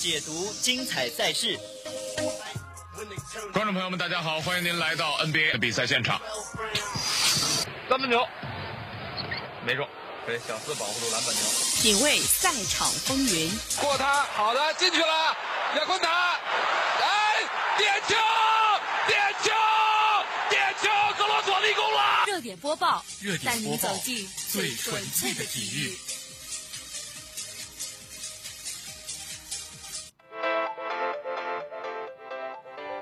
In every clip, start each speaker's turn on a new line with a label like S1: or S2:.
S1: 解读精彩赛事。
S2: 观众朋友们，大家好，欢迎您来到 NBA 的比赛现场。
S3: 三分球没中，给小四保护住篮板球，
S4: 品味赛场风云，
S3: 过他，好的，进去了，亚昆塔，哎，点球，点球，点球，格罗索立功了。
S4: 热点播报，
S5: 热点
S4: 带你
S5: 播报
S4: 走进
S5: 最纯粹的体育。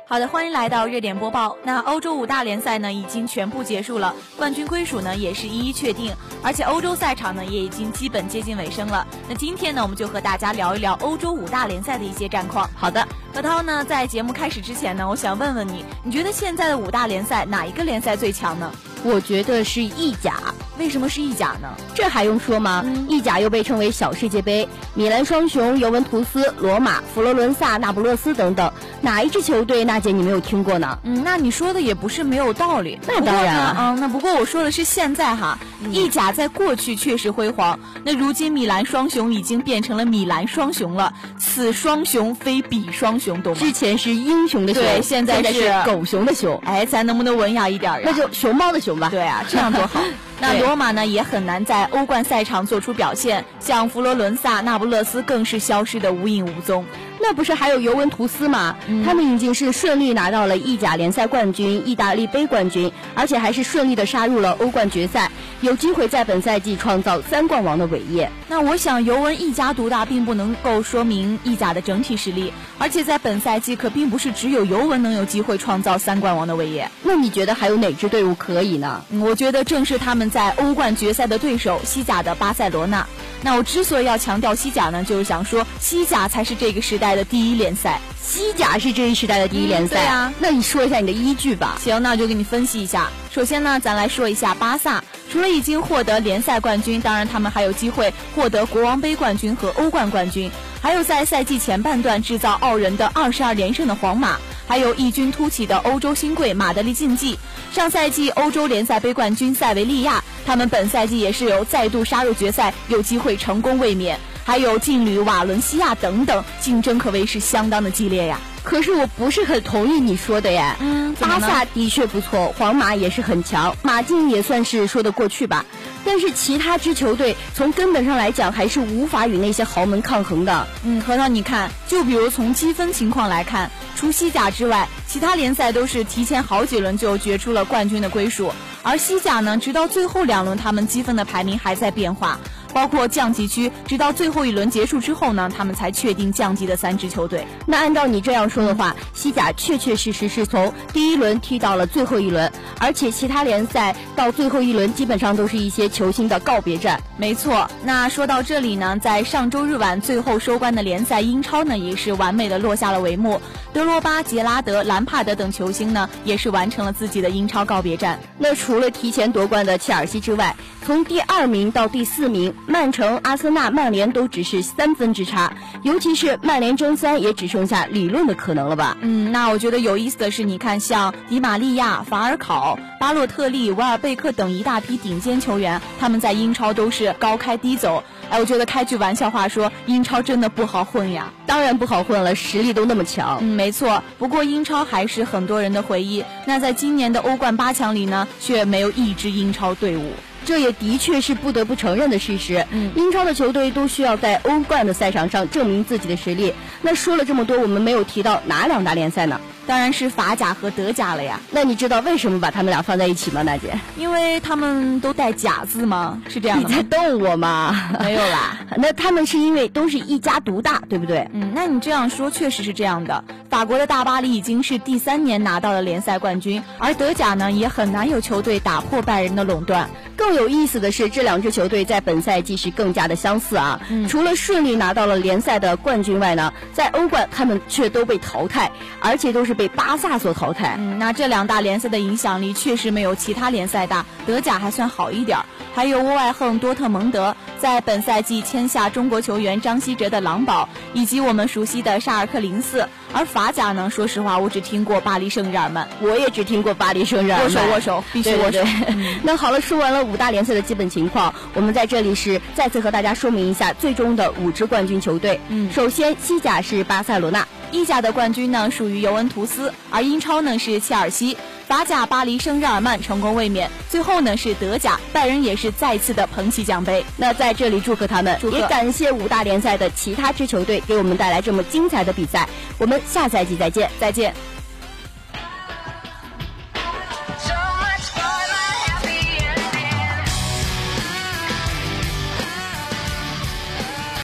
S6: 好的，欢迎来到热点播报。那欧洲五大联赛呢已经全部结束了，冠军归属呢也是一一确定，而且欧洲赛场呢也已经基本接近尾声了。那今天呢，我们就和大家聊一聊欧洲五大联赛的一些战况。好的，何涛呢，在节目开始之前呢，我想问问你，你觉得现在的五大联赛哪一个联赛最强呢？
S7: 我觉得是意甲，
S6: 为什么是意甲呢？
S7: 这还用说吗？
S6: 嗯
S7: 意甲又被称为小世界杯，米兰双雄、尤文图斯、罗马、佛罗伦萨、那不勒斯等等，哪一支球队，娜姐你没有听过呢？
S6: 嗯，那你说的也不是没有道理。
S7: 那当然
S6: 不
S7: 啊嗯
S6: 过呢嗯，那不过我说的是现在哈，意甲在过去确实辉煌，那如今米兰双雄已经变成了米兰双雄了，此双雄非彼双雄，懂吗
S7: 之？前是英雄的熊，
S6: 对现在是
S7: 是狗熊的熊，
S6: 哎，咱能不能文雅一点儿呀？
S7: 那就熊猫的熊吧。
S6: 对啊，这样多好。那
S7: 对
S6: 罗马呢也很难在欧冠赛场做出表现，像佛罗伦萨、那不勒斯更是消失的无影无踪。
S7: 那不是还有尤文图斯吗？
S6: 嗯
S7: 他们已经是顺利拿到了意甲联赛冠军、意大利杯冠军，而且还是顺利的杀入了欧冠决赛，有机会在本赛季创造三冠王的伟业。
S6: 那我想，尤文一家独大并不能够说明意甲的整体实力，而且在本赛季可并不是只有尤文能有机会创造三冠王的伟业。
S7: 那你觉得还有哪支队伍可以呢？
S6: 嗯我觉得正是他们在欧冠决赛的对手西甲的巴塞罗那。那我之所以要强调西甲呢，就是想说西甲才是这个时代的第一联赛。
S7: 西甲是这一时代的第一联
S6: 嗯
S7: 赛、
S6: 对啊
S7: 那你说一下你的依据吧。
S6: 行，那就给你分析一下。首先呢，咱来说一下巴萨，除了已经获得联赛冠军，当然他们还有机会获得国王杯冠军和欧冠冠军，还有在赛季前半段制造傲人的二十二连胜的皇马，还有异军突起的欧洲新贵马德里竞技。上赛季欧洲联赛杯冠军塞维利亚，他们本赛季也是有再度杀入决赛，有机会成功卫冕。还有劲旅瓦伦西亚等等，竞争可谓是相当的激烈呀。
S7: 可是我不是很同意你说的耶。
S6: 嗯怎么
S7: 巴
S6: 呢
S7: 萨的确不错，皇马也是很强，马竞也算是说得过去吧。但是其他支球队从根本上来讲，还是无法与那些豪门抗衡的。
S6: 嗯，核桃，你看，就比如从积分情况来看，除西甲之外，其他联赛都是提前好几轮就决出了冠军的归属，而西甲呢，直到最后两轮，他们积分的排名还在变化，包括降级区，直到最后一轮结束之后呢，他们才确定降级的三支球队。
S7: 那按照你这样说的话，西甲确确实实是从第一轮踢到了最后一轮，而且其他联赛到最后一轮基本上都是一些球星的告别战。
S6: 没错，那说到这里呢，在上周日晚最后收官的联赛英超呢，也是完美的落下了帷幕。德罗巴、杰拉德、兰帕德等球星呢，也是完成了自己的英超告别战。
S7: 那除了提前夺冠的切尔西之外，从第二名到第四名，曼城、阿森纳、曼联都只是三分之差，尤其是曼联争三，也只剩下理论的可能了吧？
S6: 嗯，那我觉得有意思的是，你看像迪玛利亚、法尔考、巴洛特利、维尔贝克等一大批顶尖球员，他们在英超都是高开低走。哎，我觉得开句玩笑话说，英超真的不好混呀。
S7: 当然不好混了，实力都那么强。
S6: 嗯，没错。不过英超还是很多人的回忆。那在今年的欧冠八强里呢，却没有一支英超队伍。
S7: 这也的确是不得不承认的事实。
S6: 嗯
S7: 英超的球队都需要在欧冠的赛场上证明自己的实力。那说了这么多，我们没有提到哪两大联赛呢？
S6: 当然是法甲和德甲了呀，
S7: 那你知道为什么把他们俩放在一起吗，娜姐？
S6: 因为他们都带“甲”字吗？是这样
S7: 你
S6: 的吗
S7: 在？逗我吗？
S6: 没有啦。
S7: 那他们是因为都是一家独大，对不对？
S6: 嗯，那你这样说确实是这样的。法国的大巴黎已经是第三年拿到了联赛冠军，而德甲呢也很难有球队打破拜仁的垄断。
S7: 更有意思的是，这两支球队在本赛季是更加的相似啊。
S6: 嗯
S7: 除了顺利拿到了联赛的冠军外呢，在欧冠他们却都被淘汰，而且都是被巴萨所淘汰。
S6: 嗯，那这两大联赛的影响力确实没有其他联赛大，德甲还算好一点儿。还有沃外横多特蒙德，在本赛季签下中国球员张稀哲的狼堡，以及我们熟悉的沙尔克零四。而法甲呢，说实话，我只听过巴黎圣日耳曼。
S7: 我也只听过巴黎圣日耳曼。
S6: 握手握手，必须
S7: 对
S6: 握
S7: 对
S6: 手嗯
S7: 对。。那好了，说完了五大联赛的基本情况，我们在这里是再次和大家说明一下最终的五支冠军球队。
S6: 嗯
S7: 首先西甲是巴塞罗那，
S6: 意甲的冠军呢属于尤文图斯，而英超呢是切尔西。法甲巴黎圣日耳曼成功卫冕，最后呢是德甲拜仁也是再次的捧起奖杯。
S7: 那在这里祝贺他们
S6: 祝，贺
S7: 也感谢五大联赛的其他支球队给我们带来这么精彩的比赛。我们下赛季再见，
S6: 再见。